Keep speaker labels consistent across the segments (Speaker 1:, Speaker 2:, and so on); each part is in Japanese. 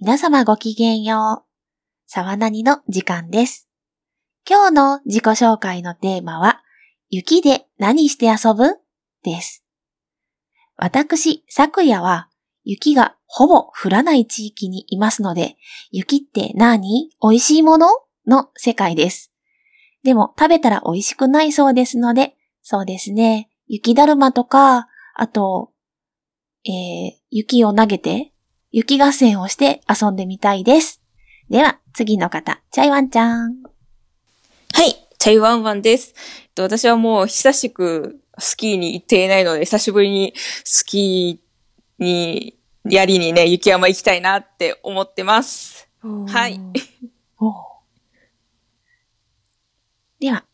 Speaker 1: 皆様ごきげんよう。沢なにの時間です。今日の自己紹介のテーマは、雪で何して遊ぶです。私、昨夜は雪がほぼ降らない地域にいますので、雪って何美味しいものの世界です。でも食べたら美味しくないそうですので、そうですね。雪だるまとか、あと、えー、雪を投げて、雪合戦をして遊んでみたいです。では、次の方、チャイワンちゃん。
Speaker 2: はい、チャイワンワンです。えっと私はもう久しくスキーに行っていないので、久しぶりにスキーに、槍にね、雪山行きたいなって思ってます。はい。
Speaker 1: では、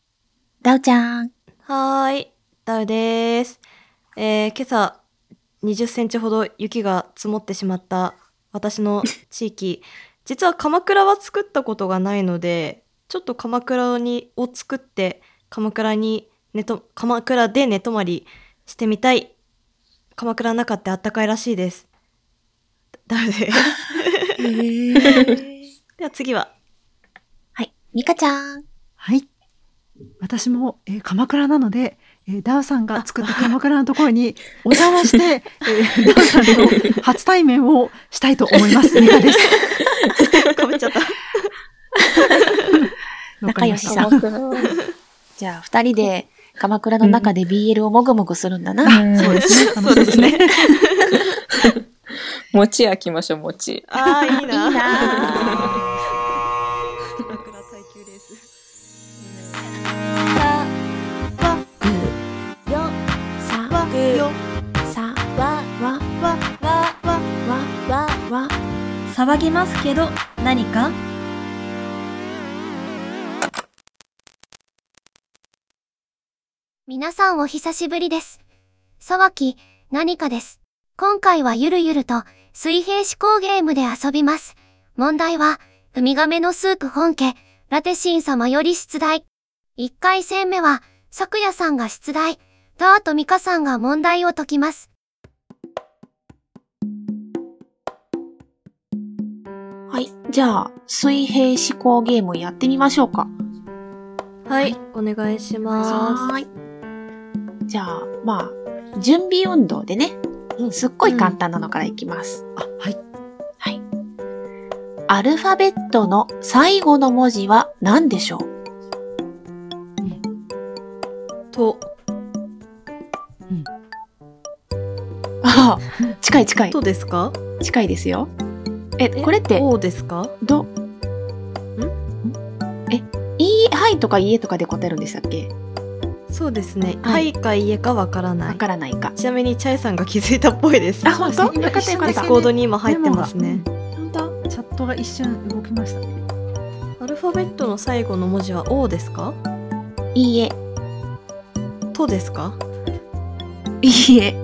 Speaker 1: ダウちゃん。
Speaker 3: はーい、ダウです。えー、今朝20センチほど雪が積もってしまった私の地域、実は鎌倉は作ったことがないので、ちょっと鎌倉にを作って鎌倉に寝と鎌倉で寝泊まりしてみたい。鎌倉の中ってあったかいらしいです。ダウです。では次は。
Speaker 1: はい、ミカちゃん。
Speaker 4: はい。私も、えー鎌倉なので、えーダウさんが作った鎌倉のところにお邪魔して、えーダウさんと初対面をしたいと思います。ミカです。
Speaker 3: かぶっちゃった。
Speaker 1: 仲良しさ
Speaker 4: わかりま
Speaker 1: ん。じゃあ、二人で鎌倉の中で BL をもぐもぐするんだな。
Speaker 4: した。そうですね。楽しみですね。
Speaker 2: 餅焼きましょう、餅。
Speaker 3: あー、いいな。
Speaker 1: いいな
Speaker 3: 鎌倉耐久レース。
Speaker 1: さ
Speaker 3: わよ
Speaker 1: さわわ
Speaker 3: わわわ
Speaker 1: わわ
Speaker 5: 騒ぎますけど何か
Speaker 6: 皆さんお久しぶりです。沢木、何かです。今回はゆるゆると水平思考ゲームで遊びます。問題は、ウミガメのスープ本家、ラテシン様より出題。1回戦目は、昨夜さんが出題、ダートミカさんが問題を解きます。
Speaker 1: はい。じゃあ、水平思考ゲームやってみましょうか。
Speaker 3: はい、お願いします。
Speaker 1: はーい。じゃあ、まあ、準備運動でね、すっごい簡単なのからいきます。
Speaker 4: あ、はい。
Speaker 1: はい。アルファベットの最後の文字は何でしょう
Speaker 3: と、
Speaker 1: ああ、近い近い。
Speaker 3: とですか？
Speaker 1: 近いですよ。え、これって、
Speaker 3: おですか？
Speaker 1: ど、んえ、いい、はいとかいいえとかで答えるんでしたっけ
Speaker 3: そうですね。
Speaker 1: は
Speaker 3: はいいかいえかわからな
Speaker 1: わ
Speaker 3: い。
Speaker 1: からないか。
Speaker 3: ちなみにチャイさんが気づいたっぽいです。
Speaker 1: あ、本当
Speaker 4: そうですね
Speaker 1: よかったよかっ
Speaker 3: デ
Speaker 4: 一
Speaker 1: た
Speaker 3: ィ
Speaker 4: 緒
Speaker 3: ス
Speaker 4: で。
Speaker 3: コードに今入ってますね。
Speaker 1: 本当
Speaker 4: チャットが一瞬動きました。ね
Speaker 3: アルファベットの最後の文字は O ですか？
Speaker 1: いいえ、
Speaker 3: とですか
Speaker 1: いいえ、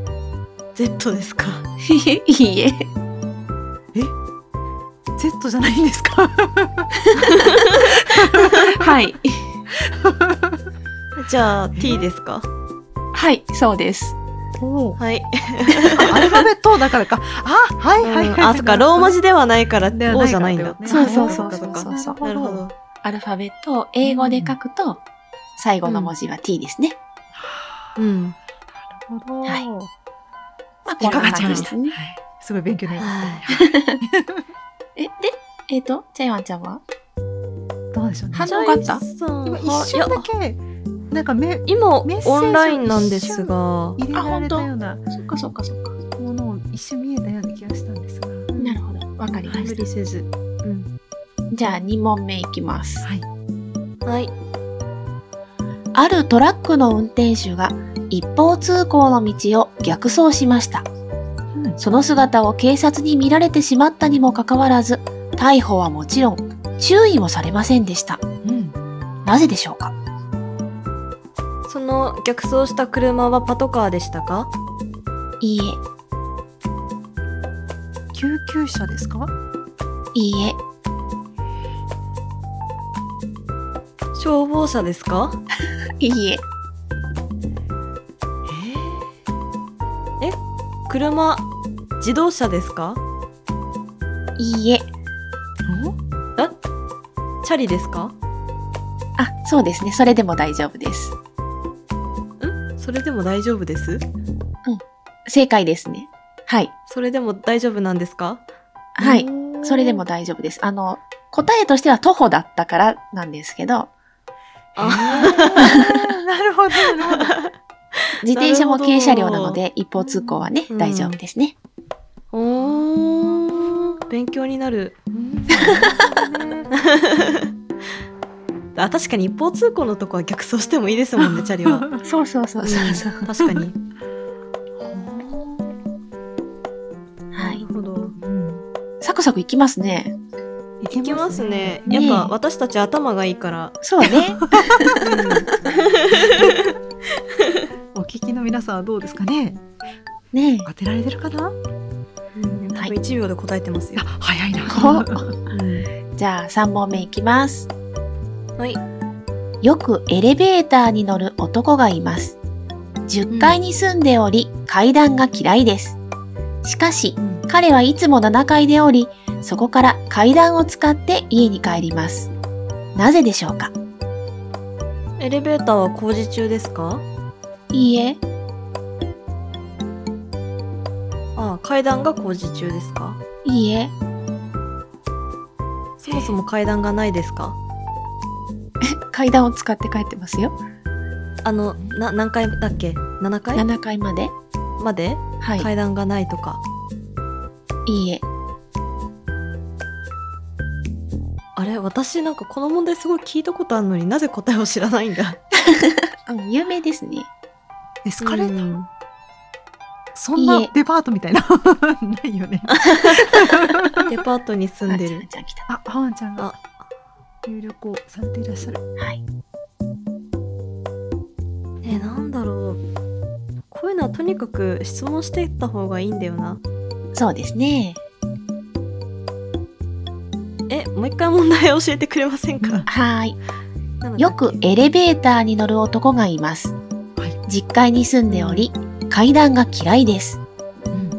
Speaker 3: ？Z ですか？
Speaker 1: い いえ。
Speaker 4: Z じゃないんですか
Speaker 1: はい。
Speaker 3: じゃあ T ですか？
Speaker 1: はい、そうです。
Speaker 4: おー
Speaker 3: はい。
Speaker 4: あアルファベットだからか。あ、はい、はい、はい。
Speaker 3: あ、そっかローマ字ではないから
Speaker 4: では
Speaker 3: O じゃないん
Speaker 4: から
Speaker 3: だ
Speaker 4: って。こ
Speaker 1: そう
Speaker 4: とね
Speaker 1: そうそう
Speaker 3: そ
Speaker 1: そうう
Speaker 3: かそ
Speaker 1: そううそう。
Speaker 3: なるほど。
Speaker 1: アルファベットを英語で書くと、最後の文字は t ですね。
Speaker 3: うん。
Speaker 4: なるほど。
Speaker 1: は
Speaker 4: はいい。
Speaker 1: まあ、
Speaker 4: いかがちゃん
Speaker 1: でしたね。
Speaker 4: すごい勉強になりますね。
Speaker 1: え、で、えっ、と、チャイワンちゃんは
Speaker 4: どうでしょうね。
Speaker 1: 反応があった
Speaker 3: チャイさん
Speaker 4: 今
Speaker 3: は
Speaker 4: 一瞬
Speaker 3: い
Speaker 4: だ
Speaker 3: や
Speaker 4: けなんか目
Speaker 3: 今
Speaker 4: メッセージを
Speaker 3: オンラインなんですが、
Speaker 4: 入れられたような
Speaker 1: そっかそっかそっか。
Speaker 4: ものを一瞬見えたような気がしたんですが
Speaker 1: なるほど。わかりま
Speaker 4: はい
Speaker 1: し
Speaker 4: 無
Speaker 1: た。
Speaker 4: 理せずうん
Speaker 1: じゃあ、2問目いきます。
Speaker 4: はい
Speaker 3: はい。
Speaker 1: あるトラックの運転手が一方通行の道を逆走しました。
Speaker 4: うん
Speaker 1: その姿を警察に見られてしまったにもかかわらず、逮捕はもちろん、注意もされませんでした。
Speaker 4: うん
Speaker 1: なぜでしょうか
Speaker 3: その逆走した車はパトカーでしたか？
Speaker 1: いいえ、
Speaker 4: 救急車ですか
Speaker 1: いいえ、
Speaker 3: 消防車ですか？
Speaker 1: いいえ、
Speaker 3: 車自動車ですか？
Speaker 1: いいえ。
Speaker 3: チャリですか
Speaker 1: あ、そうですね。それでも大丈夫です。
Speaker 3: んそれでも大丈夫です
Speaker 1: 正解ですね。はい。
Speaker 3: それでも大丈夫なんですか
Speaker 1: はい。それでも大丈夫です。あの、答えとしては徒歩だったからなんですけど、
Speaker 4: なるほど、なるほど。
Speaker 1: 自転車も軽車両なので一方通行はね、
Speaker 3: うん
Speaker 1: 大丈夫ですね。
Speaker 3: おー勉強になる あ確かに一方通行のとこは逆走してもいいですもんねチャリ は
Speaker 1: そうそうそうそうそう。
Speaker 3: うん確かに
Speaker 1: は
Speaker 3: ないる。ほど
Speaker 1: サクサクいきますね。
Speaker 3: いきます。ね
Speaker 1: ね
Speaker 3: やっぱ私たち頭がいいから、
Speaker 1: そう ね。
Speaker 4: お聞きの皆さんはどうですかね。
Speaker 1: ね
Speaker 4: 当てられてるかな。
Speaker 3: うん、多
Speaker 1: はい
Speaker 3: 分1秒で答えてますよ、、
Speaker 4: あ早い な。
Speaker 1: 怖っ
Speaker 3: うん
Speaker 1: えじゃあ3問目いきます。
Speaker 3: はい
Speaker 1: よくエレベーターに乗る男がいます。10階に住んでおり、階段が嫌いです。しかし、
Speaker 3: うん
Speaker 1: 彼はいつも7階でおり、そこから階段を使って家に帰ります。なぜでしょうか
Speaker 3: エレベーターは工事中ですか
Speaker 1: いいえ。
Speaker 3: あ階段が工事中ですか
Speaker 1: いいえ。
Speaker 3: そもそも階段がないですか
Speaker 1: 階段を使って帰ってますよ。
Speaker 3: あのな何階だっけ7階
Speaker 1: 7階まで。
Speaker 3: まで
Speaker 1: はい。
Speaker 3: 階段がないとか、
Speaker 1: いいえ。
Speaker 3: あれ私なんかこの問題すごい聞いたことあるのになぜ答えを知らないん だ
Speaker 1: うん、有名ですね。
Speaker 4: エスカレーター。
Speaker 3: うん
Speaker 4: そんない
Speaker 1: い
Speaker 4: い
Speaker 1: え
Speaker 4: デパートみたいな。 ないよね。
Speaker 3: デパートに住んで
Speaker 1: あちゃ
Speaker 3: る
Speaker 1: んちゃん来た。
Speaker 4: あ、ハワンちゃんが。有力をされていらっしゃる。
Speaker 1: はい。
Speaker 3: えなんだろうこういうのはとにかく質問していった方がいいんだよな
Speaker 1: そうですね。
Speaker 3: えもう一回問題教えてくれませんか、
Speaker 1: はーい。
Speaker 3: なんだっけ
Speaker 1: よくエレベーターに乗る男がいます
Speaker 4: い。
Speaker 1: 実家に住んでおり、階段が嫌いです。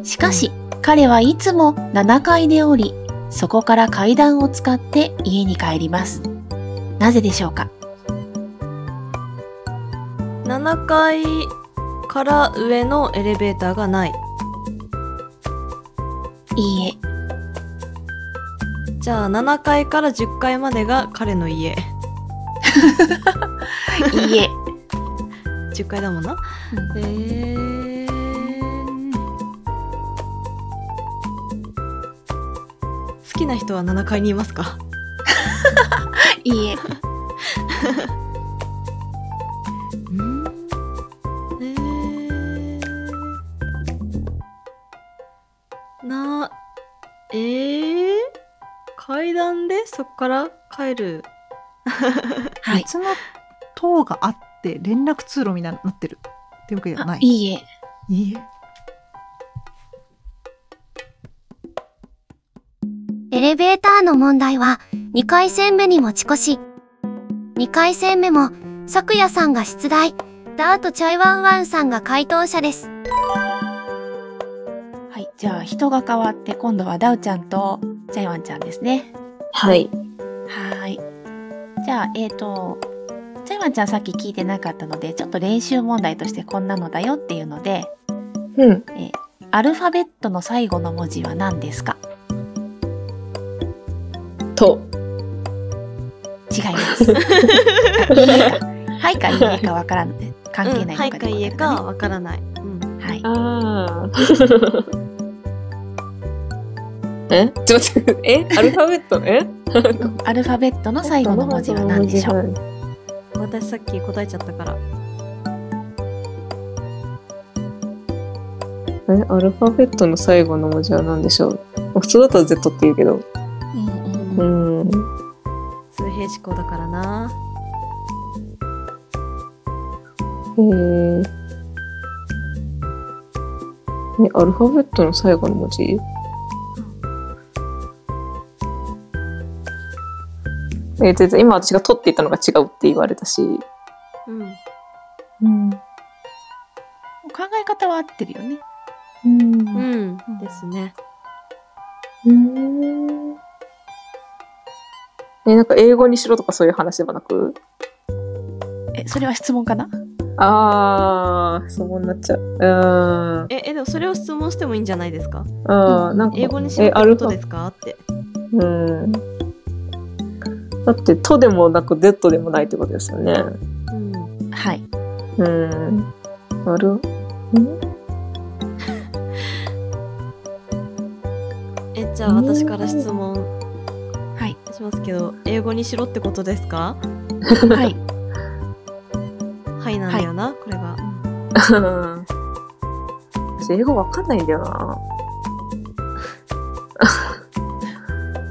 Speaker 1: しかし、彼はいつも7階でおり、そこから階段を使って家に帰ります。なぜでしょうか
Speaker 3: 7階から上のエレベーターがない
Speaker 1: いいえ。
Speaker 3: じゃあ7階から10階までが彼の家
Speaker 1: いいえ。
Speaker 3: 10階だもんな、えー、好きな人は7階にいますか
Speaker 1: い いえ。
Speaker 3: えー、なえー、階段でそこから帰る
Speaker 1: はい。
Speaker 4: 別の塔があって、連絡通路みたいになってる。っていうわけではない。い
Speaker 1: いいえ。
Speaker 4: いえ。
Speaker 6: エレベーターの問題は2回戦目に持ち越し。2回戦目も、昨夜さんが出題、ダートチャイワンワンさんが回答者です。
Speaker 1: はい。じゃあ、人が変わって、今度はダウちゃんとジャイワンちゃんですね。
Speaker 2: はい。
Speaker 1: はーい。じゃあ、えっ、ー、と、ジャイワンちゃんさっき聞いてなかったので、ちょっと練習問題としてこんなのだよっていうので、
Speaker 2: うん。
Speaker 1: アルファベットの最後の文字は何ですか
Speaker 2: と。
Speaker 1: 違います。 あいいえか。はいかいいえかわからない。関係ない
Speaker 3: うん、はい
Speaker 1: のか
Speaker 3: か
Speaker 1: で
Speaker 3: いいえ
Speaker 1: 答
Speaker 3: かわからない、うん、
Speaker 1: えるね。はい。
Speaker 2: ああ。えちょっと待って、 えアルファベットえ
Speaker 1: アルファベットの最後の文字は何でしょう
Speaker 2: う
Speaker 3: 私さっき答えちゃったから
Speaker 2: えアルファベットの最後の文字は何でしょう普通だったら Z って言うけど。
Speaker 1: うん
Speaker 2: う
Speaker 1: うん
Speaker 2: ん。
Speaker 3: 数平思考だからな
Speaker 2: えー、え、アルファベットの最後の文字えー、全然今私が取っていたのが違うって言われたし。
Speaker 3: うん
Speaker 2: うん。
Speaker 1: 考え方は合ってるよね。
Speaker 2: うん
Speaker 3: うん、ですね
Speaker 2: うん。え、なんか英語にしろとかそういう話ではなく
Speaker 1: え、それは質問かな
Speaker 2: ああ、そうなっちゃう。うーん。
Speaker 3: え、え、でもそれを質問してもいいんじゃないですか
Speaker 2: うん、なんか、
Speaker 3: 英語にし
Speaker 2: え
Speaker 3: ろっ
Speaker 2: あ
Speaker 3: てこ
Speaker 2: る
Speaker 3: と
Speaker 2: か
Speaker 3: ですかって。
Speaker 2: うん。だって、とでもなく、でとでもないってことですよね。
Speaker 3: うん。
Speaker 1: はい。
Speaker 2: うん。なる。ん
Speaker 3: え、じゃあ私から質問
Speaker 1: はい。
Speaker 3: しますけど、英語にしろってことですか
Speaker 1: はい。
Speaker 3: はいなんだよな、これが。
Speaker 2: うん 私、英語わかんないんだ よな。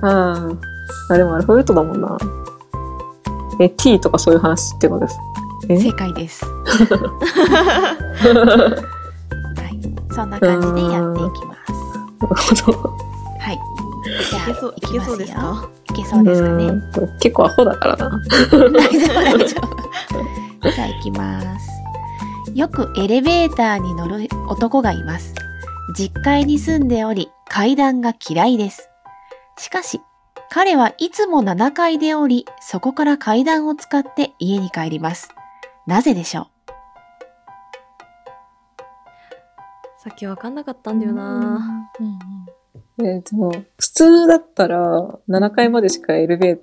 Speaker 2: うん。あ、でもアルファベットだもんな。え、t とかそういう話ってことです。え
Speaker 1: 正解 です。はい。そんな感じでやっていきます。
Speaker 2: なるほど。
Speaker 1: はい。じゃあ、
Speaker 3: いけそう、い
Speaker 1: き
Speaker 3: け
Speaker 1: ます
Speaker 3: そうです
Speaker 1: よ。
Speaker 3: か
Speaker 1: いけそうですかね。
Speaker 2: うん結構アホだからな。
Speaker 1: 大丈夫大丈夫じゃあ行きますよくエレベーターに乗る男がいます実家に住んでおり階段が嫌いですしかし彼はいつも7階でおりそこから階段を使って家に帰りますなぜでしょ
Speaker 3: さっきわかんなかったんだよな。
Speaker 1: う、
Speaker 2: えー、でも、普通だったら、7階までしかエレベー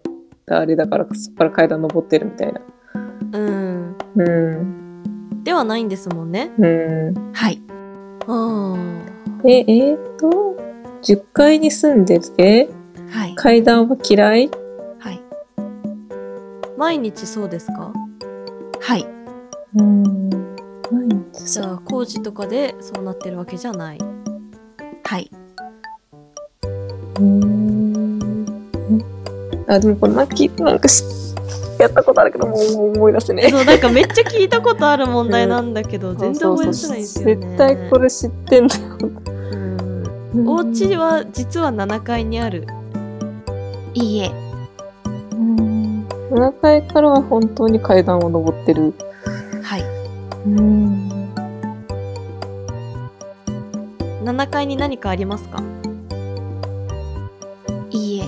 Speaker 2: ターあれだから、そこから階段登ってるみたいな。
Speaker 3: うん。
Speaker 2: うん。
Speaker 3: ではないんですもんね。
Speaker 2: う
Speaker 1: はい
Speaker 3: う
Speaker 2: ん。
Speaker 3: ん。
Speaker 2: え、えー、と、10階に住んでて、
Speaker 1: はい
Speaker 2: 階段は嫌い
Speaker 1: はい
Speaker 3: 毎日そうですか
Speaker 1: はい
Speaker 2: うん。毎日
Speaker 3: じゃあ工事とかでそうなってるわけじゃない。
Speaker 1: はい
Speaker 2: うん。あ、でもこれなんか聞い、なんかし、やったことあるけど、もうもう思い出せねえ。
Speaker 3: そうなんかめっちゃ聞いたことある問題なんだけど、全然覚えてないんですよね。
Speaker 2: 絶対これ知ってんだよ。
Speaker 3: うん。お家は実は7階にある。
Speaker 1: いいえ
Speaker 2: うん。7階からは本当に階段を登ってる。
Speaker 1: はい
Speaker 2: うん。
Speaker 3: 7階に何かありますか
Speaker 1: いいえ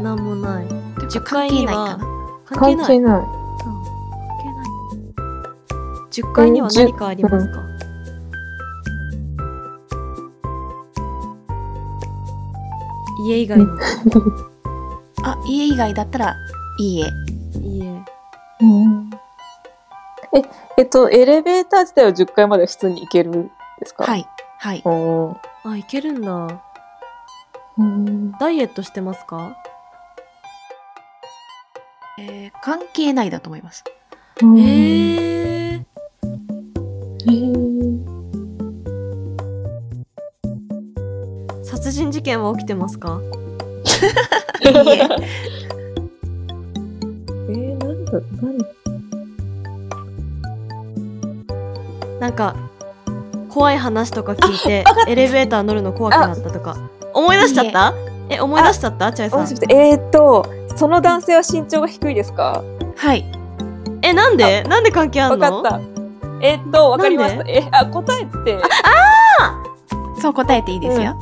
Speaker 3: なんもない。10
Speaker 1: 関
Speaker 3: 階
Speaker 1: 係
Speaker 3: に
Speaker 1: ない
Speaker 3: は
Speaker 1: かな
Speaker 3: 関係ない。
Speaker 2: 係ない。
Speaker 3: 10階には何かありますか、家以外の
Speaker 1: あ家以外だったらいいえ
Speaker 3: 家。
Speaker 2: え、えっと、エレベーター自体は10階までは普通に行けるんですか。
Speaker 1: はいいはい
Speaker 2: おー
Speaker 3: あ、行けるんだ。
Speaker 2: うん。
Speaker 3: ダイエットしてますか
Speaker 1: えー関係ないだと思います
Speaker 3: へえ。殺人事件は起きてますか
Speaker 1: いいえ
Speaker 2: えー、なんだ、なんだ。
Speaker 3: なんか怖い話とか聞いてエレベーター乗るの怖くなったとか思い出しちゃったえ思い出しちゃったチャイさん
Speaker 2: えーっと、その男性は身長が低いですか
Speaker 1: はい
Speaker 3: えなんでなんで関係あ
Speaker 2: わ
Speaker 3: ん
Speaker 2: かっ
Speaker 3: の
Speaker 2: た。えーっと、わかりまし
Speaker 3: な
Speaker 2: た。え、あ、答えって、
Speaker 1: そう答えていいですよ。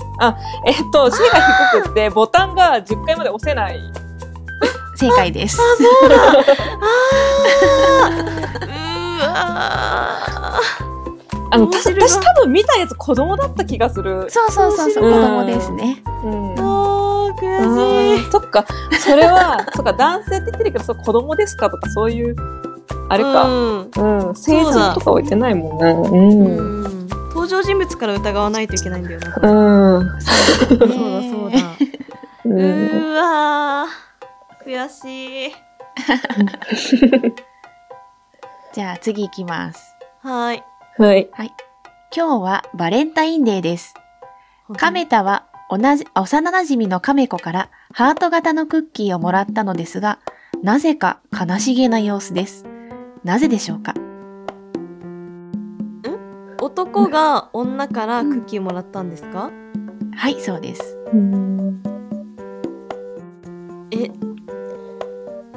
Speaker 2: えーっと、背が低くって、ボタンが10回まで押せない。
Speaker 1: 正解です。
Speaker 3: あ
Speaker 2: あの、
Speaker 3: 面
Speaker 2: 私、
Speaker 3: 白い
Speaker 2: 私多分見たやつ子供だった気がする。
Speaker 1: そうそうそうそう、
Speaker 2: 面
Speaker 1: 子
Speaker 2: 白
Speaker 1: 供
Speaker 2: い
Speaker 1: ですね。
Speaker 2: うん
Speaker 3: ー
Speaker 2: あ
Speaker 3: あー悔しい
Speaker 2: ーそっか、それは、 そっか、男性って言ってるけど、そう子供ですかとか、そういう、あ
Speaker 3: あ
Speaker 2: れか、
Speaker 3: うん
Speaker 2: うん、
Speaker 3: そう
Speaker 2: 生
Speaker 3: だ
Speaker 2: 存とか置いてないもんね。うん。
Speaker 3: うん登場人物から疑わないといけないんだよなこ
Speaker 2: う
Speaker 3: れ
Speaker 2: ん。
Speaker 3: そうだそうだ
Speaker 2: う。
Speaker 3: うんーわー悔しい
Speaker 1: じゃあ次行きます。
Speaker 3: はい
Speaker 2: はい。
Speaker 1: 今日はバレンタインデーです。亀田は同じ、あ幼馴染の亀子からハート型のクッキーをもらったのですが、なぜか悲しげな様子です。なぜでしょうか
Speaker 3: 男が女からクッキーもらったんですか、
Speaker 1: はい、そうです。
Speaker 2: うん
Speaker 3: え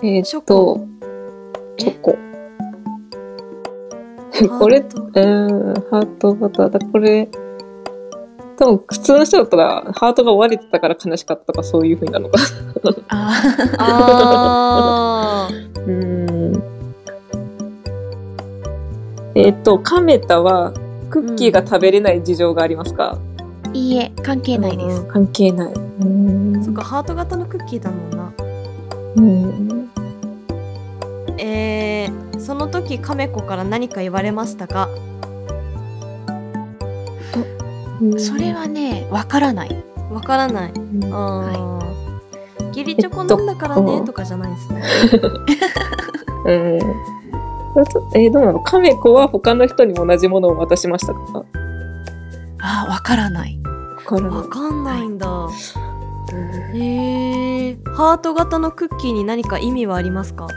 Speaker 2: え
Speaker 3: シ
Speaker 2: ー
Speaker 3: ョ
Speaker 2: っと
Speaker 3: コ、
Speaker 2: チョコ。
Speaker 3: ハート
Speaker 2: これ、うん、ハート型だ。これ、多分普通の人だったらハートが割れてたから悲しかったとかそういう風になるのか
Speaker 1: あ
Speaker 3: あ
Speaker 2: うんえっ、とカメタはクッキーが食べれない事情がありますか、
Speaker 1: ーいいえ、関係ないです。
Speaker 2: 関係ないうん
Speaker 3: ーそっかハート型のクッキーだもんな
Speaker 2: うん
Speaker 3: えー、その時カメ子から何か言われましたか
Speaker 1: それはね、わからない。
Speaker 3: わからない
Speaker 2: うん
Speaker 3: あー、義理チョコ飲んだからね、
Speaker 2: えっと
Speaker 3: とかじゃないです
Speaker 2: う
Speaker 3: ね
Speaker 2: んえーどうなのカメ子は他の人にも同じものを渡しましたか
Speaker 1: あーわからない。
Speaker 2: わからない
Speaker 3: わかんないんだ、へえハート型のクッキーに何か意味はありますか、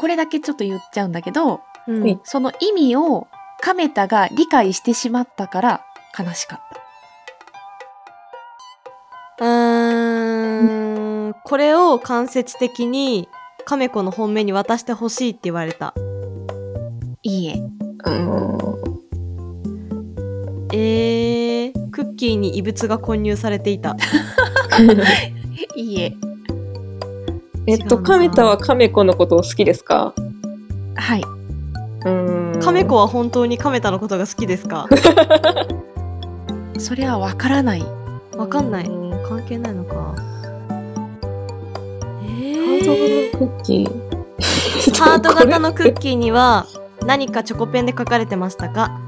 Speaker 1: これだけちょっと言っちゃうんだけど、
Speaker 3: うん
Speaker 2: はい
Speaker 1: その意味をカメタが理解してしまったから悲しかった。
Speaker 3: うーんこれを間接的にカメ子の本命に渡してほしいって言われた
Speaker 1: いいえ。
Speaker 2: うん
Speaker 3: えー、クッキーに異物が混入されていた
Speaker 1: いいえ。
Speaker 2: えっとカメタはカメ子のことを好きですか
Speaker 1: はい。
Speaker 2: うん
Speaker 3: カメ子は本当にカメタのことが好きですか
Speaker 1: それはわからない。
Speaker 3: わかんない
Speaker 2: うん
Speaker 3: 関係ないのかえ
Speaker 2: ハー
Speaker 3: ー
Speaker 2: ト型のクッキー。
Speaker 3: ハー ト型のクッ
Speaker 2: キ
Speaker 3: キーには何かチョコペンで書かれてましたか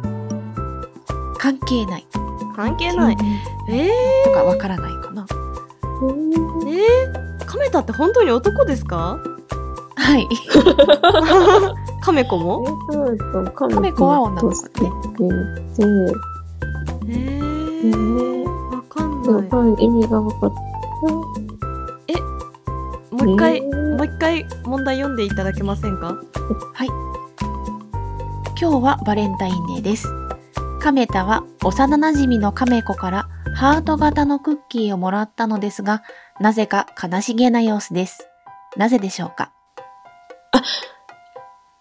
Speaker 1: 関係ない。
Speaker 3: 関係ないえ
Speaker 1: とかわからないかな。
Speaker 2: ー。
Speaker 3: ー、えー、カメタって本当に男です か
Speaker 1: はい。
Speaker 3: カメ子も
Speaker 1: カメ子は女の子ね。
Speaker 3: え
Speaker 2: で。
Speaker 3: ー、
Speaker 2: ね
Speaker 3: わかん
Speaker 2: でも
Speaker 3: ない
Speaker 2: 多分意味が分かっ
Speaker 3: もう一回、
Speaker 2: えー
Speaker 3: もう一回問題読んでいただけませんか
Speaker 1: 今日はバレンタインデーです。カメタは幼馴染のカメ子からハート型のクッキーをもらったのですが、なぜか悲しげな様子です。なぜでしょうか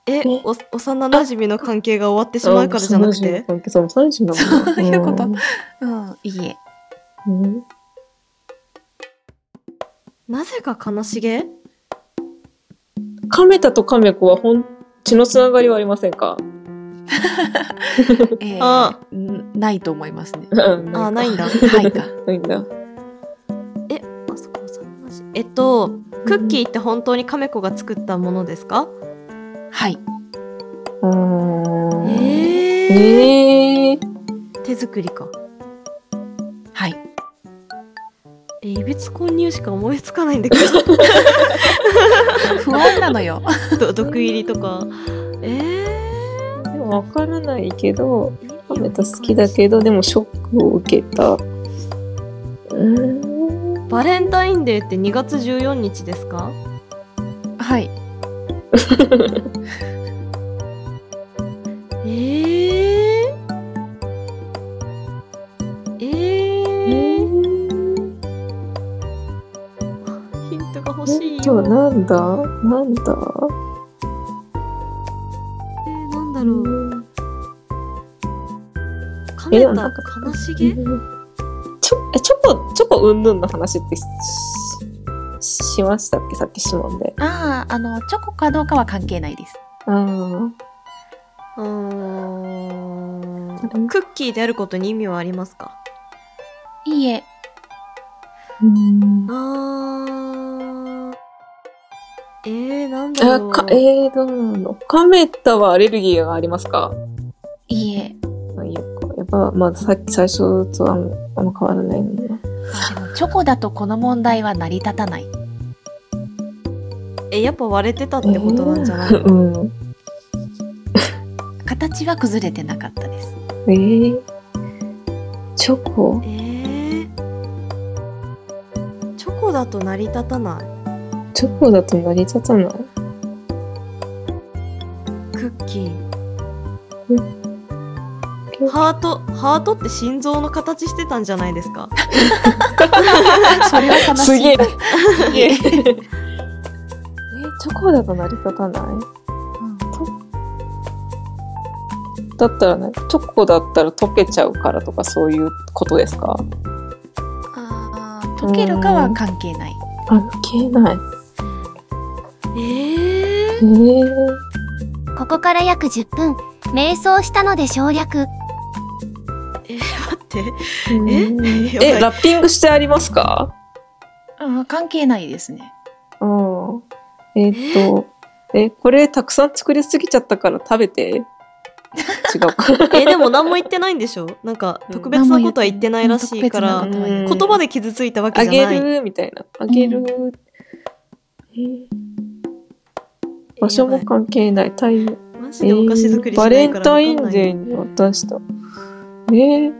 Speaker 3: え、
Speaker 2: え
Speaker 3: お幼馴染の関係が終わって
Speaker 2: た。
Speaker 3: しまうからじゃなくて
Speaker 2: そう、そうそうそうなんだもんね
Speaker 1: そういうことうん、いいえ。
Speaker 2: うん
Speaker 3: なぜか悲しげ
Speaker 2: カメタとカメ子は本血のつながりはありませんか
Speaker 1: え
Speaker 3: あ
Speaker 1: ー、んないと思います ね。
Speaker 2: うん
Speaker 3: あ、ないんだ。
Speaker 1: はいか。
Speaker 2: ないんだ。
Speaker 3: あそこ幼馴染えっと、クッキーって本当にカメ子が作ったものですか、
Speaker 1: はい。
Speaker 2: うん
Speaker 3: えー、
Speaker 2: えー。
Speaker 3: 手作りか。
Speaker 1: はい。
Speaker 3: え、異物混入しか思いつかないんだけ ど、
Speaker 1: 不安なのよ。
Speaker 3: ど毒入りとか。え
Speaker 2: でも分からないけど、
Speaker 3: ー、
Speaker 2: カメタ好きだけど、でもショックを受けた。うーん。
Speaker 3: バレンタインデーって2月14日ですか
Speaker 1: はい。
Speaker 3: えー、えー、ヒントが欲しい
Speaker 2: えっと、
Speaker 3: よ。
Speaker 2: なん だなんだ
Speaker 3: えーなん
Speaker 2: う
Speaker 3: だろう。
Speaker 2: ん
Speaker 3: カメ
Speaker 2: えで
Speaker 3: タ
Speaker 2: もなんか
Speaker 3: 悲しげ
Speaker 2: ちょ、えチョコ、チョコうんぬんの話ってしししましたっけさっき指紋で。
Speaker 1: ああ、あの、チョコかどうかは関係ないです。
Speaker 2: ああ。
Speaker 3: うーんクッキーであることに意味はありますか
Speaker 1: いいえ。
Speaker 2: うん
Speaker 3: あーえー、なんだ
Speaker 2: あ
Speaker 3: ろう。
Speaker 2: かえー、どうなのカメタはアレルギーがありますか
Speaker 1: いいえ。
Speaker 2: まあ、いいややっぱ、まあ、さっき最初とあんあんま変わらないのな。
Speaker 1: あでもチョコだとこの問題は成り立たない。
Speaker 3: えやっぱ割れてたってことなんじゃない、
Speaker 2: うん。
Speaker 1: 形は崩れてなかった です。
Speaker 2: えー、チョコ
Speaker 3: えー、チョコだと成り立たない。
Speaker 2: チョコだと成り立たない
Speaker 3: クッキー
Speaker 2: うん
Speaker 3: ハートハートって心臓の形してたんじゃないですか
Speaker 1: それは悲しい。
Speaker 2: すげ
Speaker 1: い
Speaker 2: え
Speaker 1: え。
Speaker 2: えーチョコだと成り立たない、だったらね、チョコだったら溶けちゃうからとかそういうことですか
Speaker 1: あー溶けるかは関係ない。
Speaker 2: 関係ない。
Speaker 3: ええ
Speaker 2: えー、
Speaker 6: ここから約10分、瞑想したので省略。
Speaker 3: え待って
Speaker 2: え
Speaker 3: え
Speaker 2: え、ラッピングしてありますか
Speaker 1: うん、関係ないですね。
Speaker 2: うん。えーっと、え、これたくさん作りすぎちゃったから食べて。違 うか。
Speaker 3: えでも何も言ってないんでしょなんか
Speaker 2: うん
Speaker 3: 特別なことは言ってないらしいから、
Speaker 1: 何も言ってない
Speaker 2: うん
Speaker 3: 言葉で傷ついたわけ
Speaker 2: あ
Speaker 3: じ
Speaker 2: げ
Speaker 3: ゃない
Speaker 2: るみたいな。あげる。えー場所も関係ない。タイム。
Speaker 3: マジでお菓子作りし
Speaker 2: バ
Speaker 3: な
Speaker 2: レ
Speaker 3: い
Speaker 2: ン
Speaker 3: から
Speaker 2: タインデー
Speaker 3: ン
Speaker 2: に渡した。えー、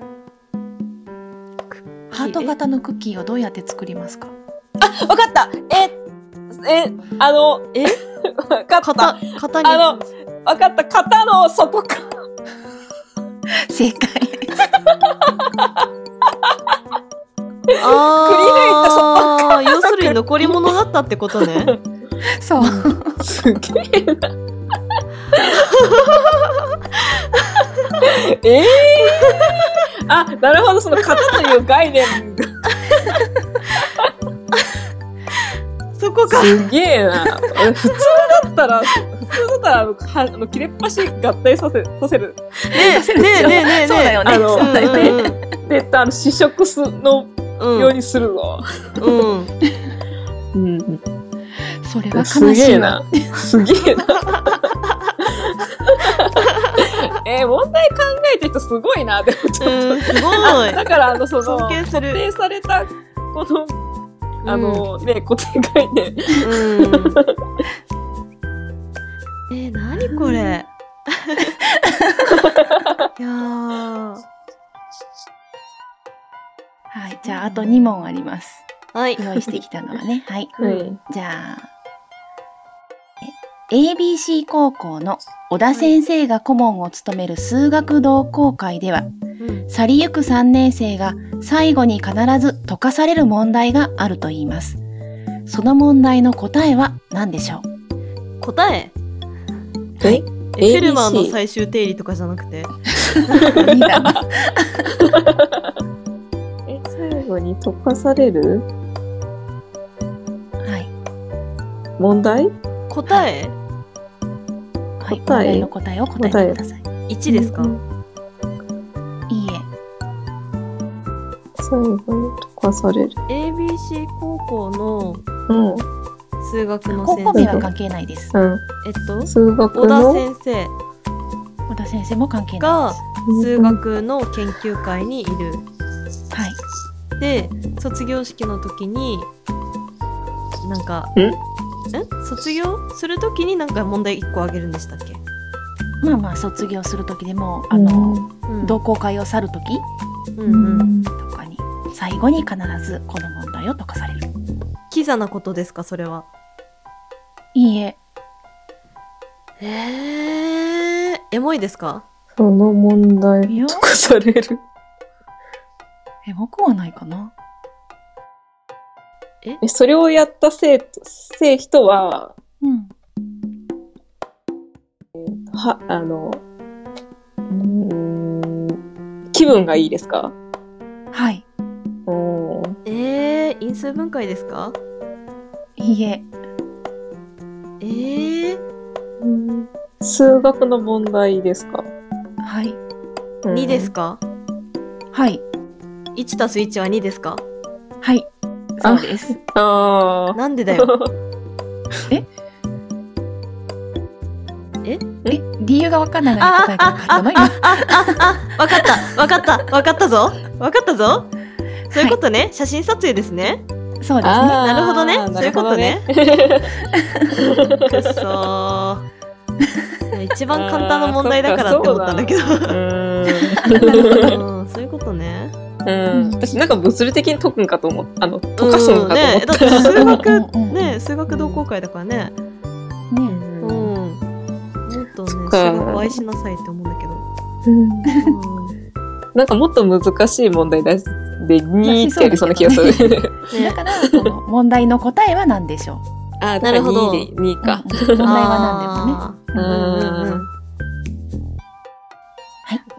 Speaker 1: ハート型のクッキーをどうやって作りますか
Speaker 2: わかったえ、え、あの、
Speaker 3: え
Speaker 2: わかった
Speaker 3: 型型に
Speaker 2: あの、わかった型の外か。
Speaker 1: 正解。
Speaker 3: あー要するに残り物だったってこと ね
Speaker 1: そう。
Speaker 2: すげえな。ええあ、なるほど、その型という概念が
Speaker 3: そこか
Speaker 2: すげえな。俺普通だったら、普通だったらあの、はあの切れっ端合体させ、させる。
Speaker 3: ねえねえねえねえ
Speaker 1: そうだよね。
Speaker 2: あの
Speaker 1: そうだよね。
Speaker 3: ね
Speaker 2: で、あの試食すの
Speaker 3: うん
Speaker 2: ようにするぞ。
Speaker 3: うん、うん、
Speaker 2: うん。
Speaker 1: それは
Speaker 2: す
Speaker 1: 悲し
Speaker 2: げ
Speaker 1: い
Speaker 2: え
Speaker 1: わ
Speaker 2: な。すげえな。 えー問題考えてる人すごいな。でもちょっと、
Speaker 3: うんすごい
Speaker 2: だからあのその
Speaker 3: 尊敬
Speaker 2: 固
Speaker 3: する
Speaker 2: 定されたこのあの、ね固定概念。
Speaker 3: うんえー、何これいや ー
Speaker 1: はい。じゃあ、あと2問あります。
Speaker 3: はい
Speaker 1: 用意してきたのはね。はい。
Speaker 2: うん
Speaker 1: じゃあ、え ABC 高校の小田先生が顧問を務める数学同好会では、
Speaker 3: うん
Speaker 1: 去りゆく3年生が最後に必ず解かされる問題があると言います。その問題の答えは何でし ょう
Speaker 3: 答え
Speaker 2: え
Speaker 3: フェルマーの最終定理とかじゃなくて
Speaker 1: リーダーは
Speaker 2: え最後に溶かされる
Speaker 1: はい。
Speaker 2: 問題？
Speaker 3: 答え
Speaker 1: はい。問
Speaker 2: 答え
Speaker 1: 題の答えを答えてください。
Speaker 3: 1ですか、
Speaker 1: いいえ。
Speaker 2: 最後に溶かされる。
Speaker 3: ABC 高校の
Speaker 2: うんうん
Speaker 3: 数学の
Speaker 1: 高
Speaker 3: 先
Speaker 1: 校名は
Speaker 3: 生
Speaker 1: 関係ないです。
Speaker 3: えっと
Speaker 2: 数学
Speaker 3: 小田
Speaker 2: の
Speaker 3: 先生
Speaker 1: 小田先生も関係ない
Speaker 3: が
Speaker 1: です。
Speaker 3: 数学の研究会にいる
Speaker 1: はい。
Speaker 3: で卒業式の時になんか
Speaker 2: ん
Speaker 3: ん卒業する時になんか問題1個あげるんでしたっけ、
Speaker 1: まあまあ卒業する時でもあの、
Speaker 3: うん、
Speaker 1: 同好会を去る時
Speaker 3: うんうん
Speaker 1: とかに最後に必ずこの問題を解かされる。
Speaker 3: キザなことですかそれはい
Speaker 1: いえ。
Speaker 3: えー、エモいですか
Speaker 2: その問題
Speaker 1: いや
Speaker 2: 溶かされる。
Speaker 1: え、僕はないかな。
Speaker 2: えそれをやった生徒生人は
Speaker 1: うん。
Speaker 2: は、あの、うーん、気分がいいですか
Speaker 1: はい。
Speaker 2: うん。
Speaker 3: えー、因数分解ですか
Speaker 1: いいえ。
Speaker 3: えー、
Speaker 2: 数学の問題ですか、
Speaker 1: はい。
Speaker 2: うん
Speaker 3: 2ですか
Speaker 1: はい。
Speaker 3: 1たす1は2ですか
Speaker 1: はい。そうです。
Speaker 2: あ
Speaker 3: なんでだよ
Speaker 2: あ。
Speaker 1: え、理由がわかんないのに答えが分かったの今。
Speaker 3: あわかったわかったわかったぞわかったぞそういうことね、写真撮影ですね
Speaker 1: そうですね。
Speaker 2: あー
Speaker 3: なるほどねそういうことね。
Speaker 2: なるほどね
Speaker 3: くっそーいや一番簡単な問題だからって思ったんだけど
Speaker 2: う
Speaker 3: うんそういうことね
Speaker 2: ーん。うん。私なんか物理的に解くんかと思った。あの、
Speaker 3: う
Speaker 2: 溶
Speaker 3: ん
Speaker 2: かすんかと思
Speaker 3: ね
Speaker 2: っ。
Speaker 3: だったて数学
Speaker 1: うんうんうん
Speaker 3: ね数学同好会だからね
Speaker 1: ね
Speaker 3: うん
Speaker 2: うん
Speaker 3: もっと
Speaker 2: そっ
Speaker 3: ね数
Speaker 2: か
Speaker 3: 学を愛しなさいって思うんだけどうん
Speaker 2: なんかもっと難しい問題出して、2ってやりそうな気がす
Speaker 1: 出しそう
Speaker 2: る。
Speaker 1: だ
Speaker 3: ね
Speaker 1: から、この問題の答えは何でしょう。
Speaker 2: あー、
Speaker 3: なるほど
Speaker 2: 2で、2か。
Speaker 1: うん問題は何でもね。
Speaker 3: あーうんうんうん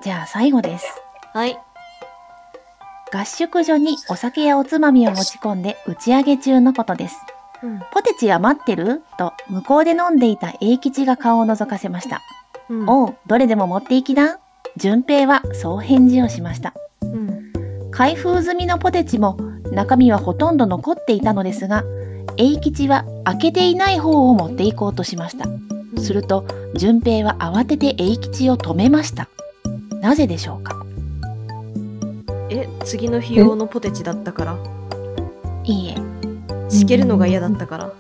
Speaker 1: じゃあ最後です。
Speaker 3: はい。
Speaker 1: 合宿所にお酒やおつまみを持ち込んで打ち上げ中のことです。
Speaker 3: うん。
Speaker 1: ポテチが待ってると向こうで飲んでいた英吉が顔を覗かせました。
Speaker 3: うん。
Speaker 1: おう、どれでも持っていきな。順平はそう返事をしました。
Speaker 3: うん。
Speaker 1: 開封済みのポテチも中身はほとんど残っていたのですが、英吉は開けていない方を持っていこうとしました。すると順平は慌てて英吉を止めました。なぜでしょうか
Speaker 3: え、次の日用のポテチだったから。
Speaker 1: いいえ、
Speaker 3: しけるのが嫌だったから。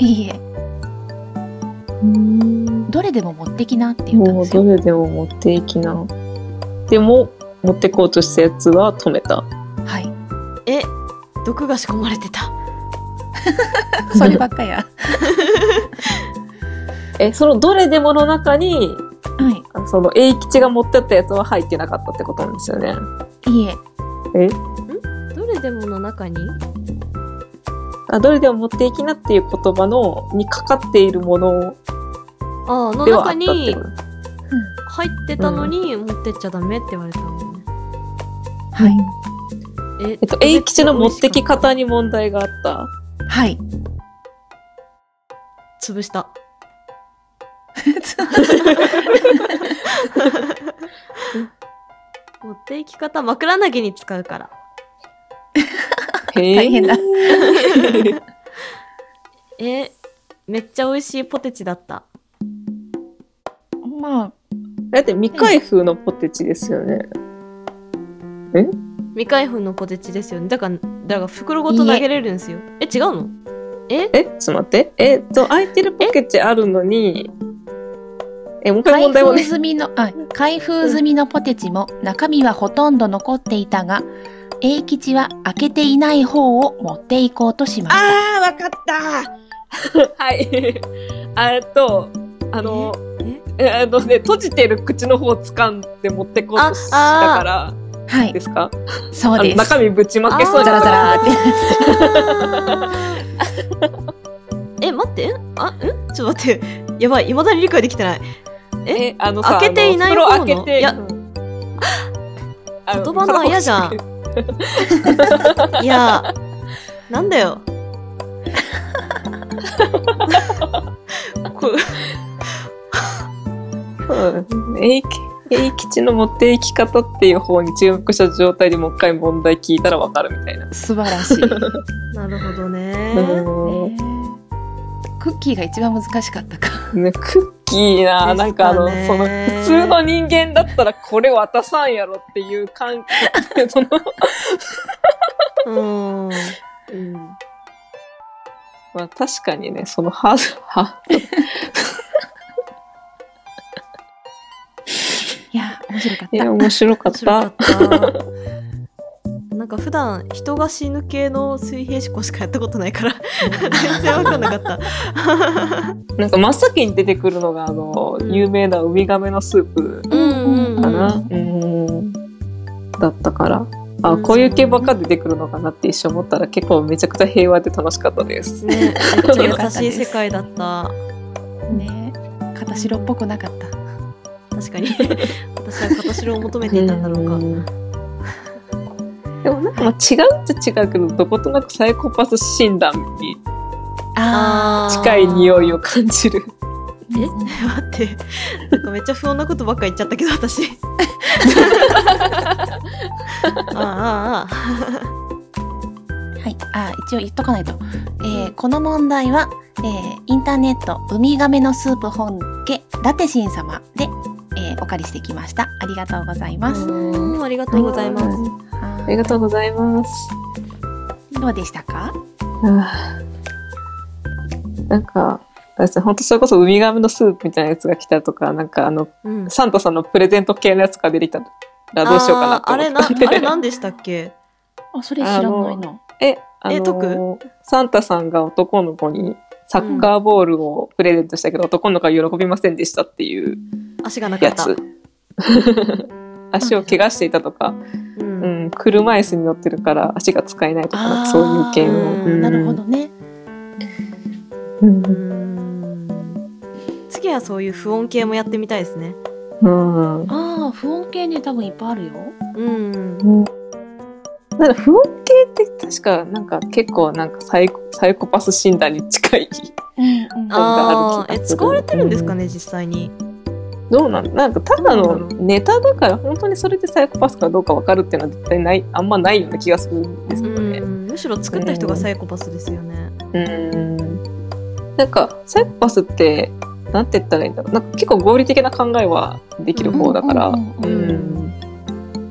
Speaker 1: いいえ、
Speaker 2: うん。
Speaker 1: どれでも持ってきなって言ったん
Speaker 2: も
Speaker 1: で
Speaker 2: う
Speaker 1: すよ。
Speaker 2: どれでも持っていきな。でも、持ってこうとしたやつは止めた。
Speaker 1: はい。
Speaker 3: え、毒が仕込まれてた。
Speaker 1: そればっかや。
Speaker 2: え、そのどれでもの中に、
Speaker 1: は
Speaker 2: その栄吉が持ってったやつは入ってなかったってことなんですよね。
Speaker 1: い。いいえ、
Speaker 3: どれでもの中に
Speaker 2: あどれでも持っていきなっていう言葉のにかかっているもの
Speaker 3: ああ、の
Speaker 2: ではあった
Speaker 3: 中
Speaker 2: ってこと
Speaker 3: に入ってたのに持ってっちゃダメって言われたもんね。
Speaker 1: はい。
Speaker 3: え
Speaker 2: えっと、栄吉の持ってき方に問題があった。
Speaker 1: はい。
Speaker 3: 潰した。持っていき方枕投げに使うから。
Speaker 2: へ ー
Speaker 1: 大変だ。
Speaker 3: え、めっちゃ美味しいポテチだった。
Speaker 1: まあ、
Speaker 2: だって未開封のポテチですよね。
Speaker 3: 未開封のポテチですよね。だから、だから袋ごと投げれるんですよ。え、違うのえ
Speaker 2: えちょっと待って。えっと、空いてるポケチあるのに、え、もう一回問題を
Speaker 1: 開封
Speaker 2: ね。
Speaker 1: 済みの、あ、開封済みのポテチも中身はほとんど残っていたが、英吉は開けていない方を持っていこうとしました。
Speaker 2: あー、わかったはい。あえっと、あの、えあのね、閉じてる口の方を掴んで持ってこうとした
Speaker 3: ああー
Speaker 2: から、
Speaker 1: はい
Speaker 2: で、すか
Speaker 1: そ
Speaker 2: あ
Speaker 1: う
Speaker 2: の
Speaker 1: です。
Speaker 2: 中身ぶちまけそう
Speaker 1: ザ
Speaker 2: だ
Speaker 1: ラ
Speaker 2: った
Speaker 1: ザラって。
Speaker 3: え、待って。あ、んちょっと待って。やばい。未だに理解できてない。え
Speaker 2: え、あのさ、
Speaker 3: 開けていない方の
Speaker 2: あ袋開けて、
Speaker 3: いや
Speaker 2: うん
Speaker 3: 言葉のあやじゃん。いや、なんだよ。こ
Speaker 2: うんえいきえい吉の持っていき方っていう方に注目した状態でもう一回問題聞いたらわかるみたいな。
Speaker 1: 素晴らしい。
Speaker 3: なるほど
Speaker 2: う
Speaker 3: ね。
Speaker 2: ん
Speaker 1: クッキーが一番難しかったか。
Speaker 2: ね、クッキーな、
Speaker 3: で
Speaker 2: な
Speaker 3: す
Speaker 2: んか
Speaker 3: か
Speaker 2: あの、
Speaker 3: ね
Speaker 2: その、普通の人間だったらこれ渡さんやろっていう感覚、その、
Speaker 3: うん。
Speaker 2: まあ確かにね、そのハード、ハ
Speaker 1: いや、面白かっ
Speaker 2: い
Speaker 1: た。
Speaker 2: や、面白かっ
Speaker 3: 面白か
Speaker 2: た
Speaker 3: っ。た。 なんか普段人が死ぬ系の水平思考しかやったことないから全然わかんなかった。
Speaker 2: なんか真っ先に出てくるのが、あの、
Speaker 3: うん
Speaker 2: 有名なウミガメのスープ
Speaker 3: うん
Speaker 2: かな。うん。だったから。あ、
Speaker 3: うん
Speaker 2: こういう系ばっか出てくるのかなって一瞬思ったら結構めちゃくちゃ平和で楽しかったです。
Speaker 3: ね、めっちゃ優しい世界だった。
Speaker 1: ね片白っぽくなかった。
Speaker 3: 確 かに。私は片白を求めていたんだろうか。
Speaker 2: でもなんかまあ違うっちゃ違うけど、どことなくサイコパス診断に
Speaker 1: あ
Speaker 2: 近い匂いを感じる。
Speaker 1: ー
Speaker 3: え待ってなんかめっちゃ不穏なことばっか言っちゃったけど 私あああ
Speaker 1: はい、あ一応言っとかないと、えーこの問題は、えーインターネット「ウミガメのスープ本家ラテシン様で」えーお借りしてきましたありがとうござい
Speaker 3: ああ
Speaker 1: ます、
Speaker 3: うんありがとうございます
Speaker 2: す。
Speaker 1: は
Speaker 2: あ
Speaker 1: い
Speaker 2: りがとうございます。
Speaker 1: どうでしたか
Speaker 2: あーなんか、私本当それこそウミガメのスープみたいなやつが来たとか、なんかあの、
Speaker 3: うん
Speaker 2: サンタさんのプレゼント系のやつが出てきたらどうしようかな
Speaker 3: あーあれな
Speaker 2: と思って。
Speaker 3: あれ何でしたっけ
Speaker 1: あそれ
Speaker 2: 知らない
Speaker 1: の
Speaker 2: え、あのー
Speaker 3: え解
Speaker 2: サンタさんが男の子にサッカーボールをプレゼントしたけど、男の子は喜びませんでしたっていう
Speaker 3: 足がなか
Speaker 2: や
Speaker 3: った
Speaker 2: つ。 足を怪我していたとか、う
Speaker 3: う
Speaker 2: んん、車椅子に乗ってるから足が使えないとか、なん
Speaker 1: あ
Speaker 2: か
Speaker 1: ー
Speaker 2: そういう系の。
Speaker 3: う
Speaker 2: うん
Speaker 3: ん
Speaker 1: なるほどね
Speaker 2: うん
Speaker 3: うーん次はそういう不穏系もやってみたいですね
Speaker 2: うん。
Speaker 1: ああ、不穏系ね、多分いっぱいあるよ。
Speaker 3: うん
Speaker 2: なんか不穏系って確かなんか結構なんかサイコサイコパス診断に近い
Speaker 1: うん。
Speaker 3: あ
Speaker 2: があ
Speaker 3: あ
Speaker 2: る気がする
Speaker 3: え使われてるんですかね実際に
Speaker 2: どうなんなんかただのネタだから本当にそれでサイコパスかどうかわかるっていうのは絶対ないあんまないような気がするんですよね。
Speaker 3: むしろ作った人がサイコパスですよね
Speaker 2: うん。なんかサイコパスってなんて言ったらいいんだろうなんか結構合理的な考えはできる方だから。
Speaker 1: う
Speaker 2: うん
Speaker 1: うん
Speaker 3: うんうん
Speaker 2: ん。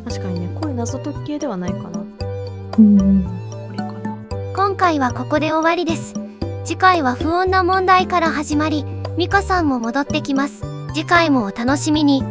Speaker 3: 確かにねこういう謎解き系ではないかな
Speaker 1: これかな。
Speaker 6: 今回はここで終わりです次回は不穏な問題から始まりミカさんも戻ってきます次回もお楽しみに